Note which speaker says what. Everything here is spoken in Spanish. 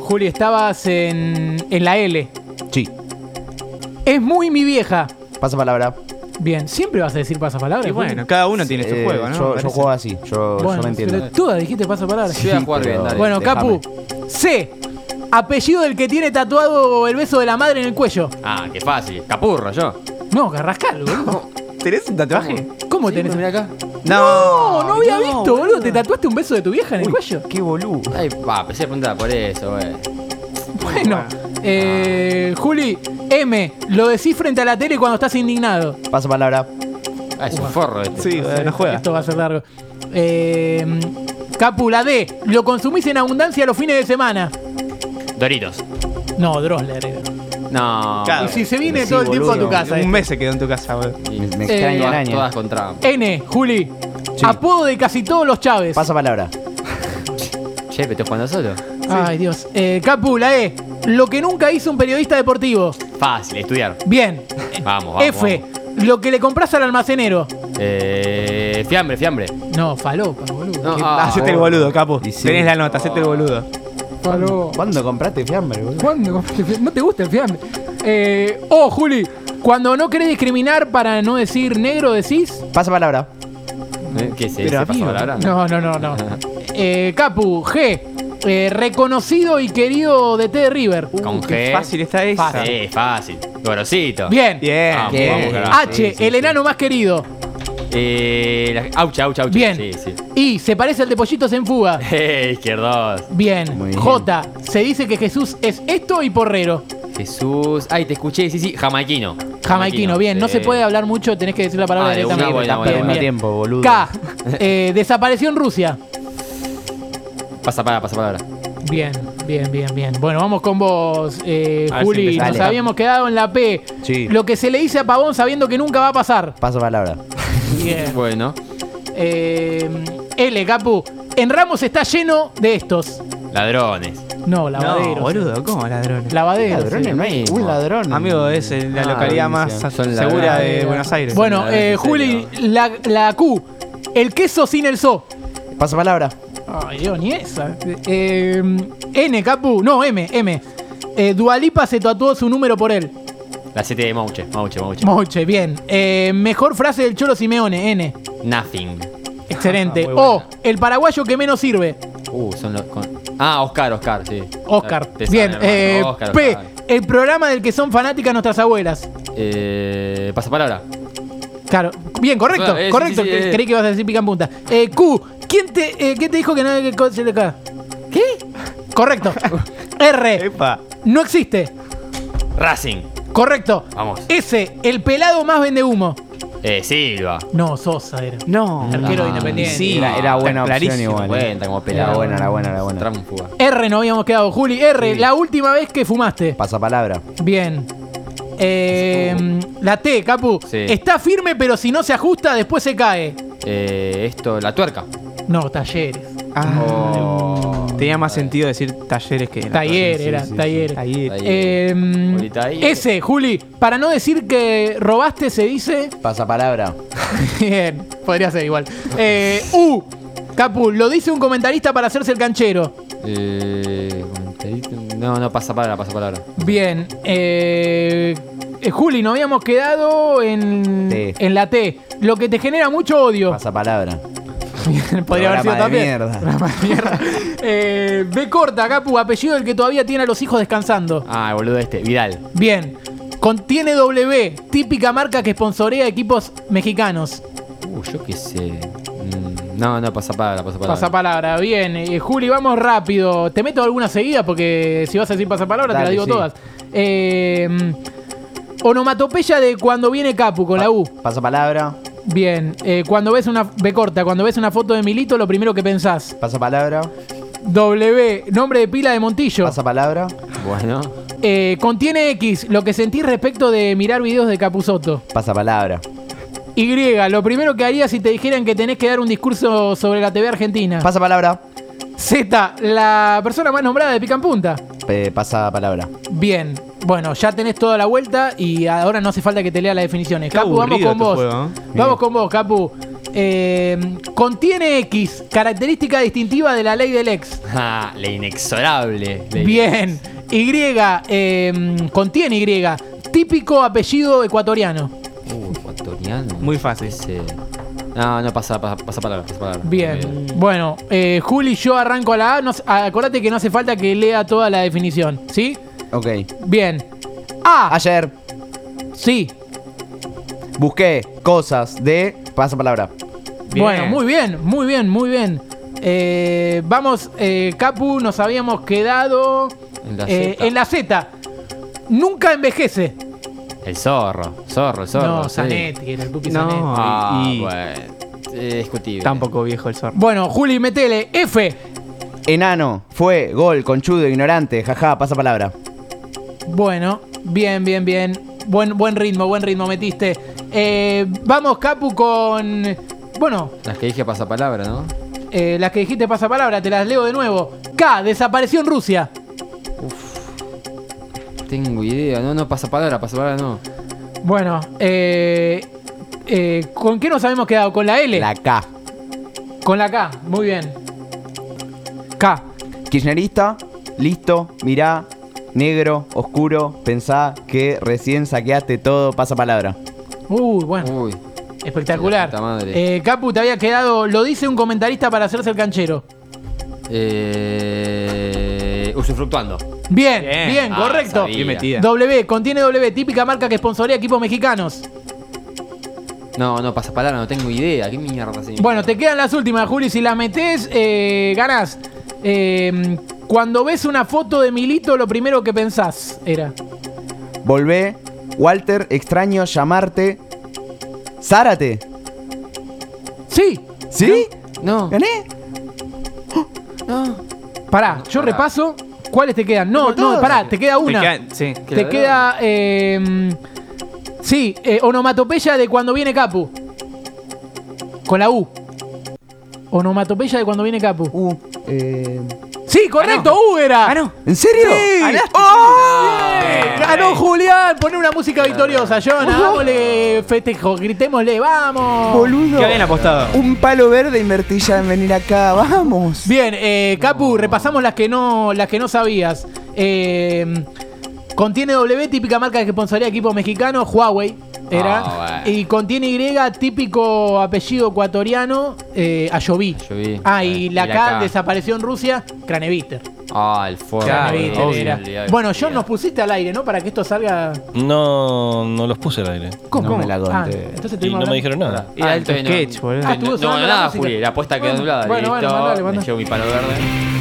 Speaker 1: Juli, estabas en, en la L.
Speaker 2: Sí.
Speaker 1: Es muy mi vieja.
Speaker 2: Pasa palabra.
Speaker 1: Bien, siempre vas a decir pasapalabra.
Speaker 3: Y
Speaker 1: Juli?
Speaker 3: bueno, cada uno tiene su
Speaker 2: Eh,
Speaker 3: juego, ¿no?
Speaker 2: Yo, yo
Speaker 3: Parece.
Speaker 2: juego así. Yo, yo
Speaker 1: Bueno,
Speaker 2: me entiendo.
Speaker 1: pero tú dijiste pasapalabra.
Speaker 4: Sí, voy a jugar bien,
Speaker 2: pero-
Speaker 4: dale.
Speaker 1: bueno, Capu.
Speaker 2: déjame.
Speaker 1: C. Apellido del que tiene tatuado el beso de la madre en el cuello.
Speaker 4: Ah, qué fácil. Capurro yo.
Speaker 1: No, Carrascal, boludo.
Speaker 3: ¿Tenés un tatuaje?
Speaker 1: ¿Cómo tenés?
Speaker 4: Mira acá.
Speaker 1: No, no había visto, boludo. ¿Te tatuaste un beso de tu vieja en el
Speaker 2: Uy,
Speaker 1: cuello?
Speaker 2: Qué boludo.
Speaker 4: Ay, va, pensé a preguntar por eso, eh. güey.
Speaker 1: Bueno, eh, Juli, M, lo decís frente a la tele cuando estás indignado.
Speaker 2: Pasa palabra.
Speaker 4: Ah, es un forro este.
Speaker 3: Sí, eh, no juega.
Speaker 1: Esto va a ser largo. Eh, Capu, la D, lo consumís en abundancia los fines de semana.
Speaker 4: Doritos.
Speaker 1: No, Drosler. eh.
Speaker 4: No.
Speaker 3: Claro.
Speaker 1: Y si se viene
Speaker 2: Sí,
Speaker 1: todo el tiempo a tu
Speaker 2: boludo.
Speaker 1: casa.
Speaker 3: Un
Speaker 1: eh.
Speaker 3: mes se quedó en tu casa, boludo.
Speaker 4: Y-
Speaker 2: Me, me
Speaker 1: Eh,
Speaker 2: extraña
Speaker 4: todas-
Speaker 2: araña.
Speaker 4: Todas contra.
Speaker 1: N, Juli,
Speaker 2: Sí.
Speaker 1: apodo de casi todos los Chávez.
Speaker 2: Pasa palabra.
Speaker 4: Che, pero estoy jugando solo.
Speaker 1: Ay, Dios. Eh, Capu, la E, lo que nunca hizo un periodista deportivo.
Speaker 4: Fácil, estudiar.
Speaker 1: Bien.
Speaker 4: Vamos, vamos.
Speaker 1: Eh, F,
Speaker 4: vamos.
Speaker 1: lo que le compras al almacenero.
Speaker 4: Eh, fiambre, fiambre.
Speaker 1: No, falopa, boludo.
Speaker 4: No,
Speaker 1: Qué
Speaker 4: ah,
Speaker 3: Hacete el boludo, capo.
Speaker 2: Y sí.
Speaker 3: Tenés la nota, hacete el boludo.
Speaker 1: falopa.
Speaker 2: ¿Cuándo compraste fiambre, boludo?
Speaker 1: ¿Cuándo compraste fiambre? No te gusta el fiambre. Eh, oh, Juli, cuando no querés discriminar para no decir negro, decís.
Speaker 2: Pasa palabra.
Speaker 4: eh, ¿Qué es
Speaker 2: Pero
Speaker 4: eso? ¿Pasó
Speaker 2: amigo,
Speaker 4: palabra?
Speaker 1: No, no, no, no. Eh, Capu, G. eh, reconocido y querido de T de River.
Speaker 4: Con
Speaker 3: Qué
Speaker 4: G.
Speaker 3: fácil está esa.
Speaker 4: Sí, fácil. Gorosito.
Speaker 1: Bien. Ah,
Speaker 3: Bien.
Speaker 4: Vamos,
Speaker 2: Bien.
Speaker 4: vamos, carajo.
Speaker 1: H, el enano más querido.
Speaker 4: Eh, la- aucha, aucha, aucha.
Speaker 1: Bien.
Speaker 4: Sí, sí.
Speaker 1: I, se parece al de Pollitos en fuga.
Speaker 4: Eh, izquierdos.
Speaker 1: Bien.
Speaker 2: Muy bien.
Speaker 1: J, se dice que Jesús es esto y porrero.
Speaker 4: Jesús. Ay, te escuché. Sí, sí. Jamaiquino. Eh,
Speaker 1: Jamaiquino, bien. No
Speaker 4: sí.
Speaker 1: se puede hablar mucho, tenés que decir la palabra
Speaker 4: Ah, de una,
Speaker 1: directamente.
Speaker 4: buena, buena,
Speaker 1: Bien,
Speaker 2: Perdiendo
Speaker 4: buena.
Speaker 1: bien.
Speaker 2: tiempo, boludo.
Speaker 1: K, eh, desapareció en Rusia.
Speaker 4: Pasa palabra, pasa palabra.
Speaker 1: Bien, bien, bien, bien. Bueno, vamos con vos, eh,
Speaker 3: A ver si
Speaker 1: Juli.
Speaker 3: empezás.
Speaker 1: Nos
Speaker 2: Dale.
Speaker 1: habíamos quedado en la P.
Speaker 2: Sí.
Speaker 1: Lo que se le dice a Pavón sabiendo que nunca va a pasar.
Speaker 2: Pasa palabra.
Speaker 1: Bien.
Speaker 4: Bueno.
Speaker 1: Eh, L, Capu. En Ramos está lleno de estos.
Speaker 4: Ladrones.
Speaker 1: No, lavaderos.
Speaker 3: No, boludo, ¿cómo ladrones?
Speaker 1: Lavaderos.
Speaker 2: Ladrones, no hay un ladrón.
Speaker 3: Amigo, es la
Speaker 2: Ah,
Speaker 3: localidad más
Speaker 2: Valencia.
Speaker 4: Son
Speaker 3: segura
Speaker 4: ladrones.
Speaker 3: de Buenos Aires.
Speaker 1: Bueno,
Speaker 4: Ladrones,
Speaker 1: eh,
Speaker 4: en
Speaker 1: Juli,
Speaker 4: serio.
Speaker 1: la, la Q. El queso sin el so.
Speaker 2: Pasa palabra.
Speaker 1: Ay, Dios, ni esa. Eh, N, Capu. No, M, M. Eh, Dualipa se tatuó su número por él.
Speaker 4: La 7 de Mauche, Mauche, Mauche.
Speaker 1: Moche, bien. Eh, mejor frase del Cholo Simeone, N.
Speaker 4: Nothing.
Speaker 1: Excelente.
Speaker 3: Ah, Muy buena.
Speaker 1: o el paraguayo que menos sirve,
Speaker 4: Uh, son los. con- Ah, Oscar, Oscar, sí.
Speaker 1: Oscar.
Speaker 4: Te
Speaker 1: Bien.
Speaker 4: saben, hermano.
Speaker 1: eh,
Speaker 4: Oscar,
Speaker 1: P,
Speaker 4: Oscar.
Speaker 1: el programa del que son fanáticas nuestras abuelas.
Speaker 4: Eh, pasa palabra.
Speaker 1: Claro. Bien, correcto.
Speaker 4: Ah, eh, sí,
Speaker 1: correcto.
Speaker 4: sí, sí,
Speaker 1: Cre-
Speaker 4: eh.
Speaker 1: Creí que ibas a decir pica en punta. Eh, Q, ¿quién te, eh, ¿quién te dijo que no hay que coche de acá? ¿Qué? Correcto. R,
Speaker 3: Epa.
Speaker 1: no existe.
Speaker 4: Racing.
Speaker 1: Correcto.
Speaker 4: Vamos.
Speaker 1: S, el pelado más vende humo.
Speaker 4: Eh, Silva. Ah,
Speaker 1: No, Sosa era.
Speaker 3: No.
Speaker 1: Arquero de Independiente.
Speaker 3: sí.
Speaker 2: Era, era
Speaker 3: Está
Speaker 2: buena opción
Speaker 3: clarísimo,
Speaker 2: igual. eh.
Speaker 4: Cuenta como pelado.
Speaker 2: Era buena, era buena, era buena.
Speaker 4: Tránfuga.
Speaker 1: R, no habíamos quedado. Juli, R, la última vez que fumaste.
Speaker 2: Pasa palabra.
Speaker 1: Bien. Eh, la T, Capu.
Speaker 4: Sí.
Speaker 1: Está firme, pero si no se ajusta, después se cae.
Speaker 4: Eh, esto, la tuerca.
Speaker 1: No, talleres.
Speaker 4: Oh.
Speaker 3: Ah. Tenía más sentido decir talleres que.
Speaker 1: Taller,
Speaker 3: Sí,
Speaker 1: era,
Speaker 3: sí, sí.
Speaker 1: taller.
Speaker 3: Taller.
Speaker 1: Eh,
Speaker 4: Juli, taller.
Speaker 1: S, Juli. Para no decir que robaste, se dice.
Speaker 2: Pasa palabra.
Speaker 1: Bien, podría ser igual. Eh, U, Capu. Lo dice un comentarista para hacerse el canchero.
Speaker 4: Eh, no, no, pasa palabra, pasa palabra.
Speaker 1: Bien. eh, eh, Juli, nos habíamos quedado en,
Speaker 2: T.
Speaker 1: en la T. Lo que te genera mucho odio.
Speaker 2: Pasa palabra.
Speaker 1: Podría haber sido
Speaker 2: Programa de
Speaker 1: también.
Speaker 2: mierda.
Speaker 1: Programa de mierda. Eh, B corta, Capu, apellido del que todavía tiene a los hijos descansando.
Speaker 4: Ah, el boludo este, Vidal.
Speaker 1: Bien. Contiene W, típica marca que sponsorea equipos mexicanos.
Speaker 4: Uh, yo qué sé. Mm, no, no, pasa palabra, pasa palabra.
Speaker 1: Pasapalabra, bien. Eh, Juli, vamos rápido. Te meto alguna seguida porque si vas a decir pasapalabra te
Speaker 2: Dale,
Speaker 1: la digo
Speaker 2: sí.
Speaker 1: todas. Eh, onomatopeya de cuando viene Capu con la U.
Speaker 2: Pasa palabra.
Speaker 1: Bien. Eh, cuando ves una B corta, cuando ves una foto de Milito, lo primero que pensás.
Speaker 2: Pasa palabra.
Speaker 1: W, nombre de pila de Montillo.
Speaker 2: Pasa palabra.
Speaker 4: Bueno,
Speaker 1: Eh, contiene X, lo que sentí respecto de mirar videos de Capusoto.
Speaker 2: Pasa palabra.
Speaker 1: Y, lo primero que haría si te dijeran que tenés que dar un discurso sobre la TV argentina.
Speaker 2: Pasa palabra.
Speaker 1: Z, la persona más nombrada de Pica en Punta.
Speaker 2: Eh, pasa palabra.
Speaker 1: Bien, bueno, ya tenés toda la vuelta y ahora no hace falta que te lea las definiciones.
Speaker 3: Qué
Speaker 1: Capu, vamos
Speaker 3: aburrido
Speaker 1: con
Speaker 3: este
Speaker 1: vos.
Speaker 3: juego, ¿eh?
Speaker 1: Vamos con vos, Capu. Eh, contiene X, característica distintiva de la ley del ex.
Speaker 4: Ah, la inexorable. La
Speaker 1: Bien. Y, eh, contiene Y, típico apellido ecuatoriano.
Speaker 4: inex- Uh, ecuatoriano.
Speaker 3: Muy fácil.
Speaker 4: Ese- No, no, pasa, pasa, pasa palabra, pasa palabra.
Speaker 1: Bien. Bueno, eh, Juli, yo arranco a la A. No, s- acordate que no hace falta que lea toda la definición, ¿sí?
Speaker 2: Ok.
Speaker 1: Bien.
Speaker 3: Ah,
Speaker 1: A.
Speaker 2: Ayer
Speaker 1: Sí.
Speaker 2: busqué cosas de pasapalabra.
Speaker 3: Bien.
Speaker 1: Bueno, muy bien, muy bien, muy bien. Eh, vamos, eh, Capu, nos habíamos quedado
Speaker 4: En la
Speaker 1: eh,
Speaker 4: Z.
Speaker 1: en la Z. Nunca envejece.
Speaker 4: El zorro, zorro, zorro.
Speaker 1: no,
Speaker 4: sí.
Speaker 1: Zanetti, era el Pupi
Speaker 3: No.
Speaker 1: Zanetti.
Speaker 4: Ah,
Speaker 3: Y-
Speaker 4: bueno. eh, discutible.
Speaker 3: Tampoco viejo el zorro.
Speaker 1: Bueno, Juli, metele. F.
Speaker 2: Enano, fue, gol, conchudo, ignorante, jaja, pasapalabra.
Speaker 1: Bueno, bien, bien, bien. Buen, buen ritmo, buen ritmo metiste. Eh, vamos, Capu, con. Bueno,
Speaker 4: Las que dije pasa palabra, ¿no?
Speaker 1: eh, las que dijiste pasapalabra, te las leo de nuevo. K. Desapareció en Rusia.
Speaker 4: Tengo idea. No, no, pasa palabra, pasa palabra, no.
Speaker 1: Bueno, eh, eh, ¿con qué nos habíamos quedado? ¿Con la L?
Speaker 2: La K.
Speaker 1: Con la K, muy bien. K.
Speaker 2: Kirchnerista, listo, mirá, negro, oscuro, pensá que recién saqueaste todo, pasapalabra.
Speaker 1: Uy, Uh, bueno,
Speaker 4: Uy.
Speaker 1: espectacular.
Speaker 4: Uh, la puta madre.
Speaker 1: Eh, Capu, te había quedado, lo dice un comentarista para hacerse el canchero.
Speaker 4: Eh, usufructuando.
Speaker 1: Bien, bien,
Speaker 3: Bien.
Speaker 4: Ah,
Speaker 1: correcto.
Speaker 4: sabía.
Speaker 3: Bien metida.
Speaker 1: W, contiene W, típica marca que sponsorea equipos mexicanos.
Speaker 4: No, no, pasa palabra, no tengo idea. ¿Qué mierda significa?
Speaker 1: Bueno, te quedan las últimas, Juli. Si las metes, eh, ganás. Eh, cuando ves una foto de Milito, lo primero que pensás era.
Speaker 2: Volvé, Walter, extraño llamarte. Zárate.
Speaker 1: Sí,
Speaker 2: ¿Sí?
Speaker 4: No,
Speaker 1: ¿Eh?
Speaker 2: ¿Gané?
Speaker 4: no.
Speaker 1: pará, yo
Speaker 4: Pará.
Speaker 1: repaso. ¿Cuáles te quedan? No,
Speaker 2: Por todas.
Speaker 1: no, pará, te queda una.
Speaker 3: Te quedan- sí.
Speaker 4: Qué
Speaker 1: Te
Speaker 4: ladrón.
Speaker 1: queda. eh, sí, eh, onomatopeya de cuando viene Capu. Con la U. Onomatopeya de cuando viene Capu.
Speaker 2: Uh, eh,
Speaker 1: Sí, correcto, U era.
Speaker 3: Ah, no.
Speaker 2: ¿En serio?
Speaker 3: ganaste.
Speaker 1: ¡Ah!
Speaker 2: ¡Oh!
Speaker 1: Bien, Ganó Julián, poné una música victoriosa, John. Hagámosle festejo, gritémosle, vamos.
Speaker 2: ¡Boludo!
Speaker 3: ¿Qué habían apostado?
Speaker 2: Un palo verde invertí ya en venir acá, vamos.
Speaker 1: Bien, eh, Capu, repasamos las que no, las que no sabías. Eh, contiene W, típica marca que sponsoría equipo mexicano, Huawei. Era.
Speaker 4: Ah, bueno.
Speaker 1: Y contiene Y, típico apellido ecuatoriano, eh, Ayoví.
Speaker 4: Ayoví.
Speaker 1: Ah, y
Speaker 4: Eh,
Speaker 1: la
Speaker 4: y la
Speaker 1: K
Speaker 4: K.
Speaker 1: desapareció en Rusia, Cranevister.
Speaker 4: Ah, el forro.
Speaker 3: Claro,
Speaker 1: Cranevitter
Speaker 3: obvio,
Speaker 1: era. Bueno, John, nos pusiste al aire, ¿no? Para que esto salga.
Speaker 5: No, no los puse al aire.
Speaker 1: ¿Cómo?
Speaker 2: No me la
Speaker 1: Ah,
Speaker 2: conté.
Speaker 1: entonces
Speaker 5: Y
Speaker 1: estuvimos
Speaker 5: no me
Speaker 1: hablando-
Speaker 5: dijeron nada.
Speaker 3: Era alto sketch, boludo.
Speaker 1: Ah, estuvo
Speaker 4: no, no,
Speaker 1: sonando la
Speaker 4: nada,
Speaker 1: música.
Speaker 4: Juli. La apuesta quedó
Speaker 1: Bueno,
Speaker 4: anulada.
Speaker 1: bueno,
Speaker 4: Listo.
Speaker 1: bueno, mandale,
Speaker 4: Me
Speaker 1: mandale.
Speaker 4: llevo mi palo verde.